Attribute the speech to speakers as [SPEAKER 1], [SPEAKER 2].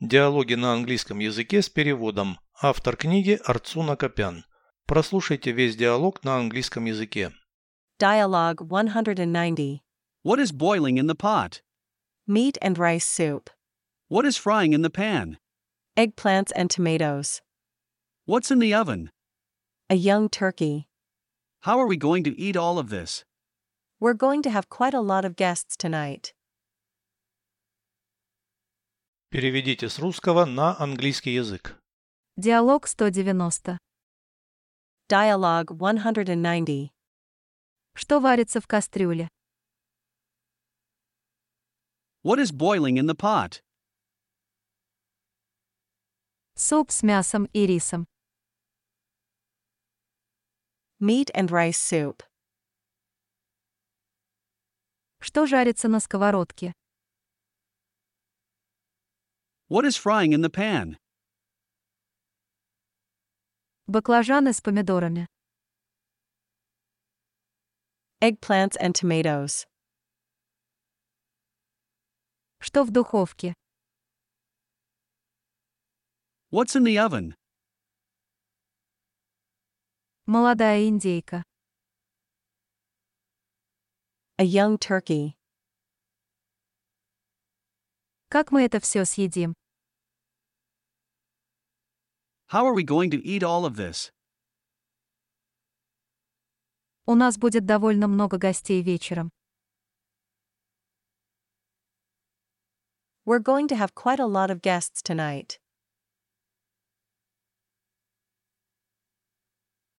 [SPEAKER 1] Диалоги на английском языке с переводом. Автор книги Арцуна Копян. Прослушайте весь диалог на английском языке.
[SPEAKER 2] Dialogue 190.
[SPEAKER 3] What is boiling in the pot?
[SPEAKER 2] Meat and rice soup.
[SPEAKER 3] What is frying in the pan?
[SPEAKER 2] Eggplants and tomatoes.
[SPEAKER 3] What's in the oven?
[SPEAKER 2] A young turkey.
[SPEAKER 3] How are we going to eat all of this?
[SPEAKER 2] We're going to have quite a lot of guests tonight.
[SPEAKER 1] Переведите с русского на английский язык.
[SPEAKER 4] Диалог 190.
[SPEAKER 2] Dialogue 190.
[SPEAKER 4] Что варится в кастрюле?
[SPEAKER 3] What is boiling in the pot?
[SPEAKER 4] Суп с мясом и рисом.
[SPEAKER 2] Meat and rice soup.
[SPEAKER 4] Что жарится на сковородке?
[SPEAKER 3] What is frying in the pan?
[SPEAKER 4] Баклажаны с помидорами.
[SPEAKER 2] Eggplants and tomatoes.
[SPEAKER 4] Что в духовке?
[SPEAKER 3] What's in the oven?
[SPEAKER 4] Молодая индейка.
[SPEAKER 2] A young turkey.
[SPEAKER 4] Как мы это все съедим?
[SPEAKER 3] How are we going to eat all of this?
[SPEAKER 4] У нас будет довольно много гостей вечером.
[SPEAKER 2] We're going to have quite a lot of guests tonight.